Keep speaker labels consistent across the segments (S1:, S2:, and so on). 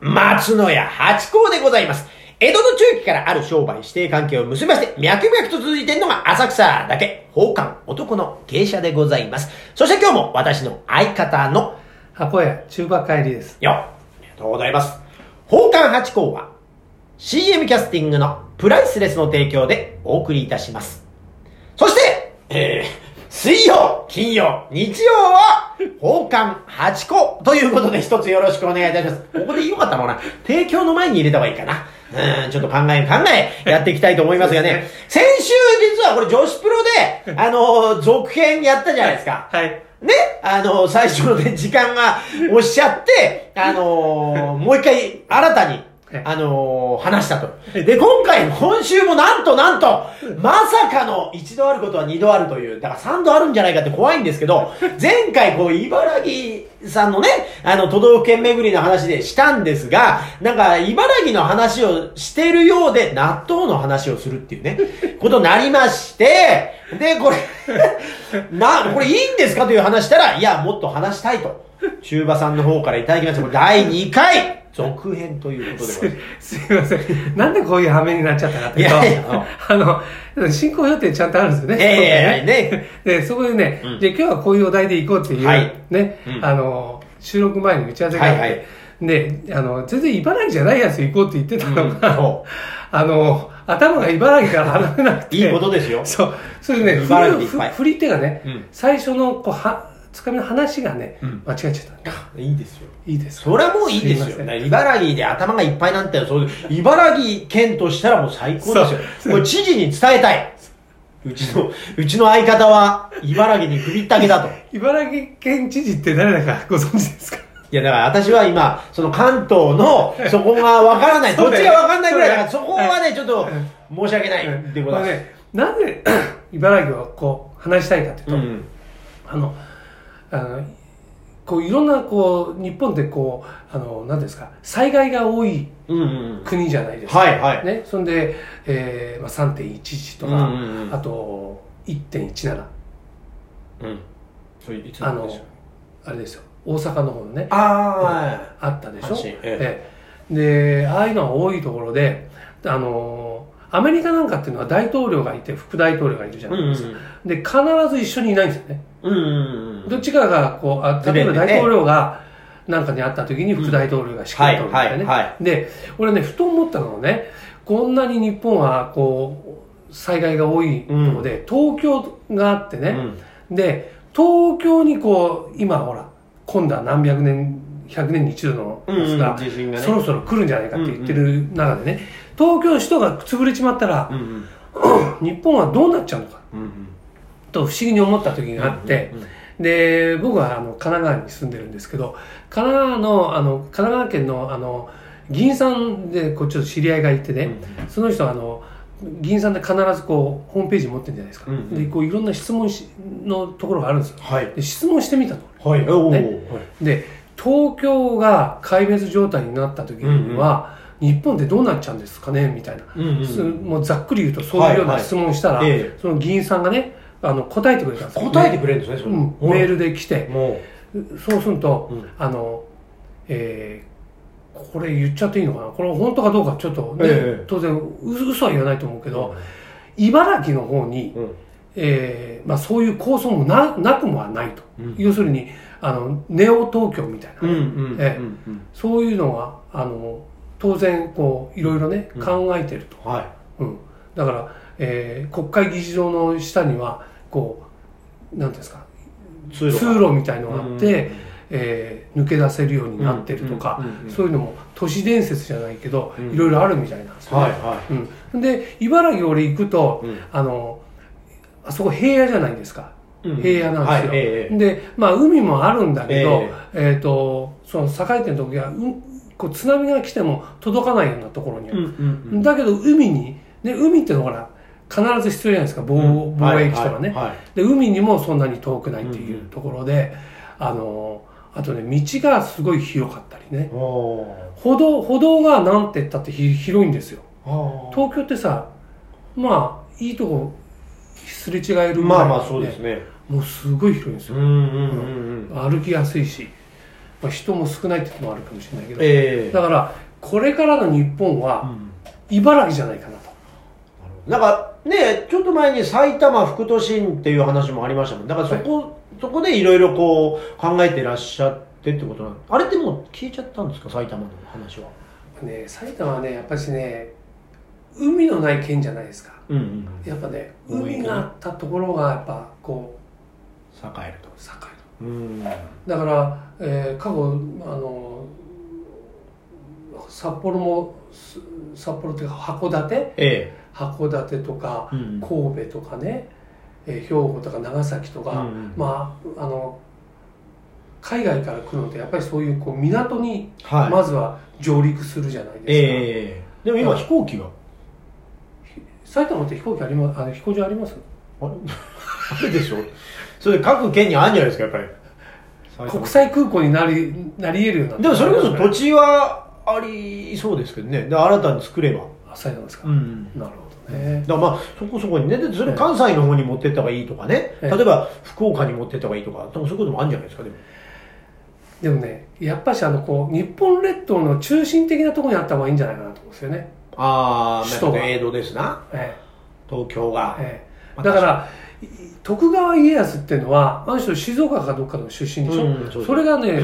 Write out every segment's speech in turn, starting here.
S1: 松野屋八甲でございます。江戸の中期からある商売指定関係を結びまして、脈々と続いているのが浅草だけ、宝冠男の芸者でございます。そして今日も私の相方の、
S2: 箱屋中馬帰りです。
S1: よっありがとうございます。宝冠八甲は CM キャスティングのプライスレスの提供でお送りいたします。そして、えー、水曜、金曜、日曜は、宝冠八甲ということで一つよろしくお願いいたします。ここでよかったのかな提供の前に入れた方がいいかな。うん、ちょっと考え考えやっていきたいと思いますがね。先週実はこれ女子プロで、あのー続編やったじゃないですか。
S2: はい。
S1: ね、あの、最初のね、時間がおっしゃって、あのーもう一回新たに
S2: はい、
S1: あのー話したと。で、今回、今週もなんとなんと、まさかの一度あることは二度あるという、だから三度あるんじゃないかって怖いんですけど、前回こう、茨城さんのね、あの、都道府県巡りの話でしたんですが、なんか、茨城の話をしてるようで、納豆の話をするっていうね、ことになりまして、で、これ、な、これい いんですかという話したら、いや、もっと話したいと。中馬さんの方からいただきました。これ第2回、続編ということでござ います。
S2: すいません。なんでこういう羽目になっちゃったかというと、
S1: いやいや
S2: あの、進行予定ちゃんとあるんですよね。
S1: いやいやいや
S2: で、そこでね、
S1: うん
S2: じゃあ今日はこういうお題でいこうっていう、
S1: はい
S2: ね、
S1: うん
S2: あの、収録前に打ち合わせがあって、
S1: はいはい
S2: で、あの、全然茨城じゃないやつ行こうって言ってたの
S1: うん
S2: が、
S1: そ
S2: あの、頭が茨城から離れなくて、
S1: いいことですよ。
S2: そう。それでね、
S1: 茨城
S2: 振
S1: で
S2: り
S1: いっぱい
S2: ふ振り手がね、
S1: うん
S2: 最初の、こう、は、つかみの話がね、
S1: うん
S2: 間違えちゃった。
S1: いいですよ。
S2: いいですか
S1: それはもういいです
S2: すいま
S1: よ。
S2: せ
S1: 茨城で頭がいっぱいなんてそうです茨城県としたらもう最高です
S2: そ
S1: よ。
S2: う
S1: もう知事に伝えたい。うちの、うちの相方は、茨城に首ったけだと。
S2: 茨城県知事って誰だかご存知ですか
S1: いや、だから私は今、その関東の、そこがわからない。ど
S2: そう
S1: っ
S2: だ
S1: ち
S2: よ
S1: がわかんないぐらいだから、そ
S2: そうだ
S1: こ
S2: よ
S1: はね、ちょっと、申し訳ないでございます。
S2: まあね、なぜ 茨城をこう話したいかというと、
S1: うん。
S2: あのあのこういろんなこう日本ってこうあの何ですか災害が多い
S1: うんうん。
S2: 国じゃないですか、
S1: はいはい。
S2: ね、そんで、えーまあ、3.11とか、
S1: うんうんうん
S2: あと1.17
S1: うん。そういう、いつ
S2: あのあれですよ大阪の方のね
S1: あ
S2: あったでしょ
S1: 阪神、え
S2: ええでああいうのは多いところであのアメリカなんかっていうのは大統領がいて副大統領がいるじ
S1: あ
S2: ゃ
S1: う
S2: なんいですか、で必ず一緒にいないんですよね
S1: うん。うんうん。
S2: どっちかがこうあ
S1: ず
S2: 例
S1: れ
S2: え
S1: て
S2: ば
S1: ね
S2: 大統領がなんかに会った時に副大統領がしっかりとるみたいなね、
S1: うんはいはいは
S2: で俺ねふと思ったのはねこんなに日本はこう災害が多いので、東京があってね、
S1: うん
S2: で、東京にこう、今ほら、今度は何百年、百年に一度の
S1: うんうん
S2: ですが、
S1: 地震がね
S2: そろそろ来るんじゃないかって言ってる中でね、東京の人が潰れちまったら
S1: う、んうん。
S2: 日本はどうなっちゃうのか、
S1: うんうん。
S2: と不思議に思った時があって
S1: うんうん、
S2: で、僕はあの神奈川に住んでるんですけど、神奈川の、あの、神奈川県の、あの、議員さんで、こう、ちょっと知り合いがいてね、その人はあの議員さんで必ずこうホームページ持ってるじゃないですか、
S1: うんうん
S2: でこういろんな質問しのところがあるんですよ
S1: はい。
S2: で質問してみたの
S1: はい。お
S2: ね
S1: ーはい
S2: で東京が壊滅状態になった時には、日本ってどうなっちゃうんですかねみたいな、
S1: うんうん
S2: すもうざっくり言うとそういうよ
S1: はい
S2: うな
S1: はい
S2: 質問をしたら、
S1: え
S2: その議員さんがねあの答えてくれたんですよ
S1: 答えてくれるんですね、それ。
S2: うん、
S1: おい
S2: メールで来て
S1: も
S2: そうすると、
S1: うん
S2: あのえーこれ言っちゃっていいのかなこれ本当かどうかちょっとね、
S1: ええ
S2: 当然う嘘は言わないと思うけ
S1: う。
S2: ど、茨城の方に、
S1: うん。
S2: えーまあ、そういう構想もななくもはないと、
S1: うん
S2: 要するにあのネオ東京みたいな、
S1: うんうん。
S2: ええ
S1: うんうん
S2: そういうのはあの当然こういろいろね
S1: うん
S2: 考えてると、
S1: は
S2: うんだから、えー国会議事堂の下にはこうなんていうんですか
S1: い。
S2: 通
S1: 通
S2: 路
S1: 路が。
S2: みたいのがあって、
S1: うん
S2: えー抜け出せるようになってるとか、
S1: うんうんうんうん
S2: そういうのも都市伝説じゃないけど、
S1: うん
S2: いろいろあるみたいなんですよね、
S1: はいは
S2: うん、で茨城俺行くと、
S1: うん
S2: あのあそこ平野じゃないですか、
S1: い。うん
S2: 平野なんですよ、
S1: はいええええ
S2: でまあ海もあるんだけど
S1: え、
S2: えーとその栄えてる時はうこう津波が来ても届かないようなところにあ
S1: うん
S2: る、
S1: うんうん。
S2: だけど海に、ね、海ってのはほら必ず必要じゃないですか防,、防衛基とかね、
S1: はいはいはい。
S2: で海にもそんなに遠くないっていうところで、あのあとね道がすごい広かったりね
S1: おー
S2: 歩道歩道がなんて言ったってひ広いんですよ
S1: あー
S2: 東京ってさまあいいとこすれ違えるぐらい
S1: まあまあそうですね。
S2: もうすごい広いんです
S1: う
S2: よ、
S1: んうんうんうん。
S2: 歩きやすいしまあ、人も少ないっていうのもあるかもしれないけど、
S1: ええ
S2: だからこれからの日本は
S1: ん
S2: 茨城じゃないかなと、
S1: なんかね、ちょっと前に埼玉副都心っていう話もありましたもん。だからそこ、そこでいろいろこう考えてらっしゃってってことなんあれってもう消えちゃったんですか、埼玉の話は。
S2: ね、埼玉はねやっぱりね海のない県じゃないですか
S1: うんうん。
S2: やっぱね
S1: 多いね
S2: 海があったところがやっぱこう
S1: 栄えると。
S2: 栄える
S1: うん。
S2: だから、えー過去あの札幌もす札幌っていうか函館
S1: え
S2: 函館とか
S1: え。うん
S2: 神戸とかね、えー兵庫とか長崎とか、
S1: うん
S2: まああの海外から来るのってやっぱりそういうこう港に
S1: はい。
S2: まずは上陸するじゃないですか、
S1: ええでも今飛行機が。
S2: 埼玉って飛行機ありますあの飛行場あります
S1: あれ あれでしょそれ各県にあるんじゃないですか、やっぱり。
S2: 国際空港になりなり得るようになって
S1: でもそれこそ土
S2: 地
S1: 地はありそうですけどね。で、新たに作れば。
S2: 埼玉ですか、
S1: ん。
S2: なるほどね
S1: だからまあそこそこにねでそれ関西の方に持ってった方がいいとかね、
S2: ええ
S1: 例えば福岡に持ってった方がいいとか多分そういうこともあるんじゃないですかでも
S2: でもね、やっぱしあのこう日本列島の中心的なところにあった方がいいんじゃないかなと思うんですよね。
S1: あ
S2: ー
S1: あ
S2: まあ
S1: 江戸ですな
S2: え
S1: 東京
S2: え
S1: が、
S2: ええ、だからい徳川家康っていうのはあの人静岡かどっかの出身でしょ。
S1: うんそうそう
S2: それがね、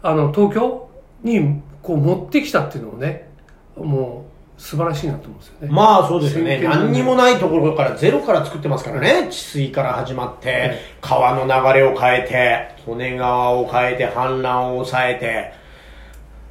S2: あの東京にこう持ってきたっていうのをね、もう素晴らしいなと思うんですよね。
S1: まあそうですよね
S2: 先見の
S1: 何にもないところからゼロから作ってますからね治水から始まって川の流れを変えて利根川を変えて氾濫を抑えて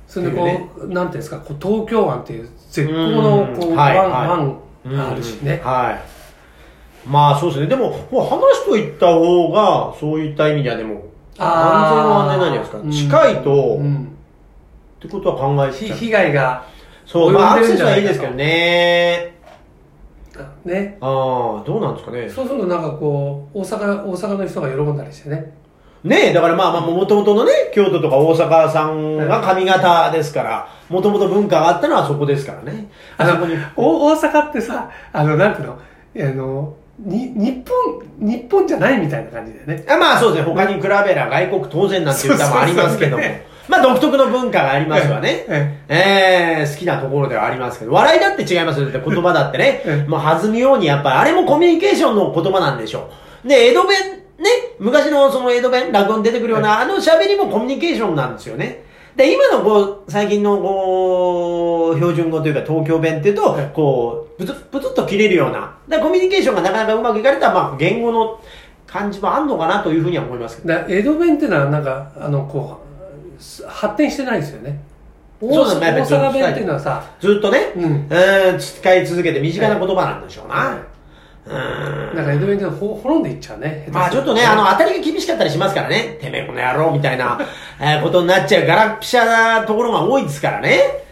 S2: それでこう、
S1: っていう
S2: なんていうんですか、こう東京湾っていう絶好のこう、
S1: うん
S2: 湾、
S1: はいはい
S2: 湾
S1: うん
S2: があるしね。
S1: はいまあそうですねでももう話といった方がそういった意味ではでも安
S2: あー
S1: 全は安全なんじゃないですか、近いと、
S2: うん、
S1: ってことは考え
S2: ひ
S1: ちゃう。
S2: 被害が
S1: そう、まあ、ア
S2: 及ん
S1: ク
S2: でる
S1: セス
S2: んじゃな
S1: はい
S2: い
S1: い
S2: か
S1: で
S2: と
S1: すけどね。
S2: ね。
S1: ああ、どうなんですかね。
S2: そうするとなんかこう大阪大阪の人が喜んだりしてね
S1: ねえ、だからまあまあ、もともとのね、京都とか大阪さんが髪型ですから、もともと文化があったのはそこですからね。
S2: あ
S1: あそこ
S2: の
S1: に。
S2: お大阪ってさあのなんていうのあのに日本日本じゃないみたいな感じだよね
S1: あまあそうですね、他に比べりゃ外国当然なんていう歌もあります けども
S2: そうそうそうね。
S1: まあ独特の文化がありますわね。
S2: え
S1: ええ好きなところではありますけど、笑いだって違いますよ。だって言葉だって
S2: え
S1: ね。
S2: え
S1: まあ弾むように、やっぱり、あれもコミュニケーションの言葉なんでしょう。で、江戸弁、ね、昔のその江戸弁、落語に出てくるような、あの喋りもコミュニケーションなんですよね。で、今のこう、最近のこう、標準語というか東京弁っていうと
S2: ええ、
S1: こう、ぶつ、ぶつっと切れるような。だからコミュニケーションがなかなかうまくいかれたら、まあ言語の感じもあんのかなというふうには思いますけど。
S2: だ江戸弁っていうのはなんかあのこうす発展してないですよね大
S1: そうですねやっぱ
S2: 大
S1: りちょっと
S2: 阪弁っていうのはさ
S1: ずっとね、
S2: うん
S1: うん、使い続けて身近な言葉なんでしょうな。うん。
S2: なんか江戸弁っていうのはほ滅んでいっちゃうね
S1: まあちょっとね、あの、当たりが厳しかったりしますからね。てめえこの野郎みたいな、えーことになっちゃうガラピシャなところが多いですからね。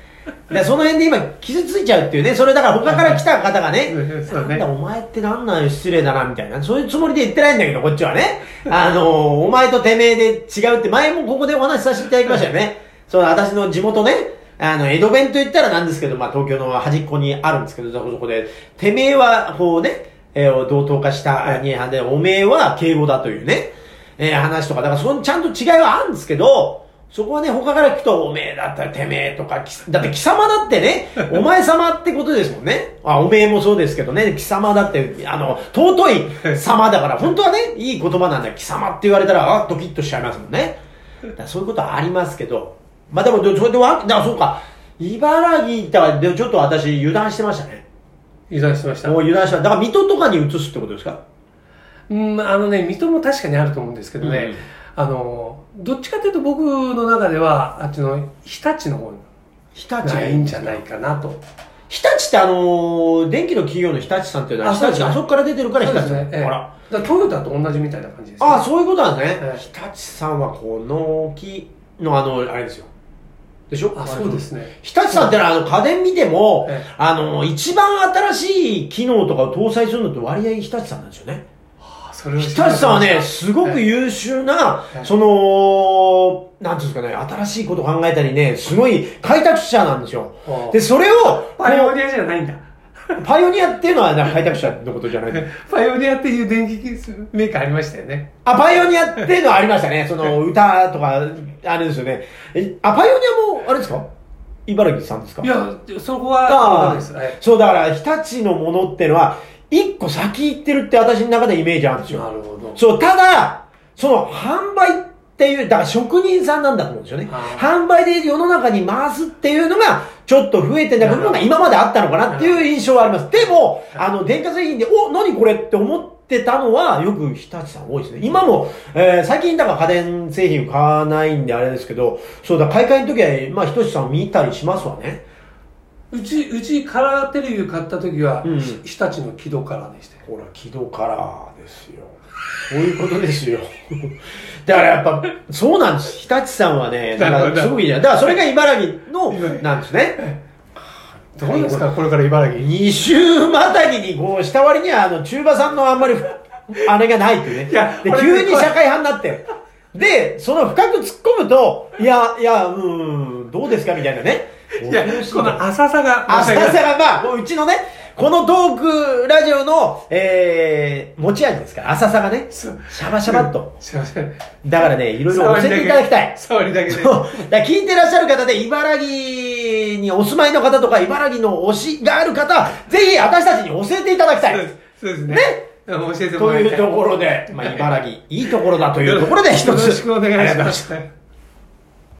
S1: でその辺で今傷ついちゃうっていうね、それだから他から来た方がね、
S2: うんそうだね
S1: なんだお前ってなんなん失礼だなみたいな、そういうつもりで言ってないんだけど、こっちはね。あのーお前とてめえで違うって、前もここでお話しさせていただきましたよね。その私の地元ね、あの、江戸弁と言ったらなんですけど、まあ東京の端っこにあるんですけど、そこそこで、てめえはこうね、えー同等化したに反で、おめえは敬語だというね、えー話とか、だからそのちゃんと違いはあるんですけど、そこはね、他から聞くと、おめえだったらてめえとか、きだって貴様だって ね、お前様ってことですもんね。あ、おめえもそうですけどね、貴様だって、あの、尊い様だから、本当はね、いい言葉なんだよ貴様って言われたら、あ、ドキッとしちゃいますもんね。だからそういうことはありますけど、まあでも、でそれでわ、だからそうか、茨城行ったら、でちょっと私油断してましたね。
S2: 油断してました
S1: もう油断した。だから水戸とかに移すってことですか
S2: うん、あのね、水戸も確かにあると思うんですけどね、あの、どっちかというと僕の中では、あっちの日立の方
S1: 日
S2: がいいんじゃないかなと。
S1: 日立ってあのー電気の企業の日立さんっていうのは、
S2: あ
S1: 日
S2: そうです
S1: 立、
S2: ね
S1: あそこから出てるから
S2: そう
S1: 日立
S2: です
S1: さ
S2: ね
S1: ん。。
S2: ええ
S1: あら。
S2: だからトヨタと同じみたいな感じです、ね。
S1: ああ、そういうことなんですね。
S2: ええ
S1: 日立さんは、この、木のあの、あれですよ。でしょ
S2: あそうですね。
S1: 日立さんってのは、あの、家電見ても
S2: ええ、
S1: あの、一番新しい機能とかを搭載するのって割合日立さんなんですよね。
S2: あそれは
S1: 日
S2: 知
S1: 立
S2: らなかった
S1: さんはね、すごく優秀な
S2: え、え
S1: その、なんていうんですかね、新しいこと考えたりね、すごい開拓者なんですよ
S2: ああ。
S1: で、それを、こう
S2: パイオニアじゃないんだ。
S1: パイオニアっていうのはなんか開拓者のことじゃないの
S2: パイオニアっていう電気メーカーありましたよね。
S1: あ、パイオニアっていうのはありました ね。その歌とか、あれですよね。えあ、パイオニアも、あれですか茨城さんですか
S2: いや、そこは、
S1: あ
S2: そうです。はい
S1: そう、だから、日立のものってのは、一個先行ってるって私の中でイメージあるんですよ。
S2: なるほど。
S1: そう、ただ、その販売っていう、だから職人さんなんだと思うんですよね。
S2: あー
S1: 販売で世の中に回すっていうのが、ちょっと増えてんだ部分が今まであったのかなっていう印象はあります。でも、あの、電化製品で、お、何これって思ってたのは、よく日立さん多いですね。今も、えー最近だから家電製品買わないんであれですけど、そうだ、買い替えの時は、まあ、ひとしさん見たりしますわね。
S2: うち、うちカラーテレビ買った時は、
S1: うん
S2: ひ日立の木戸カラーでしたよ。
S1: ほら、木戸からですよ。そういうことですよ。 だからやっぱ、そうなんです。日立さんはね、だからすごいいいじゃん。だからそれが茨城の、なんですね。
S2: どうですかこれから茨城に。
S1: 二週またぎに、こう、した割には、あの、中馬さんのあんまり、 あれがないっていうね。
S2: いや
S1: で、
S2: 俺
S1: 急に社会派になって。で、その深く突っ込むと、いや、いや、うーん、どうですかみたいなね。
S2: いや、この浅さが、
S1: 浅瀬がまあ、もううちのね、このトークラジオの、えー、持ち味ですから、浅さがね、シ
S2: そう
S1: ャバシャバっと。
S2: すいません。
S1: だからね、いろいろ教えていただきたい。
S2: 触りだけで。
S1: そうだから聞いてらっしゃる方で、茨城にお住まいの方とか、茨城の推しがある方、ぜひ私たちに教えていただきた
S2: そう
S1: い
S2: です。そうですね。
S1: ね
S2: 教えても
S1: と
S2: らい
S1: い
S2: た
S1: う
S2: い。
S1: ところで、まあ、茨城、いいところだというところで一つ。
S2: よろしくお願いし
S1: ありがとうござい
S2: ま
S1: ました
S2: す。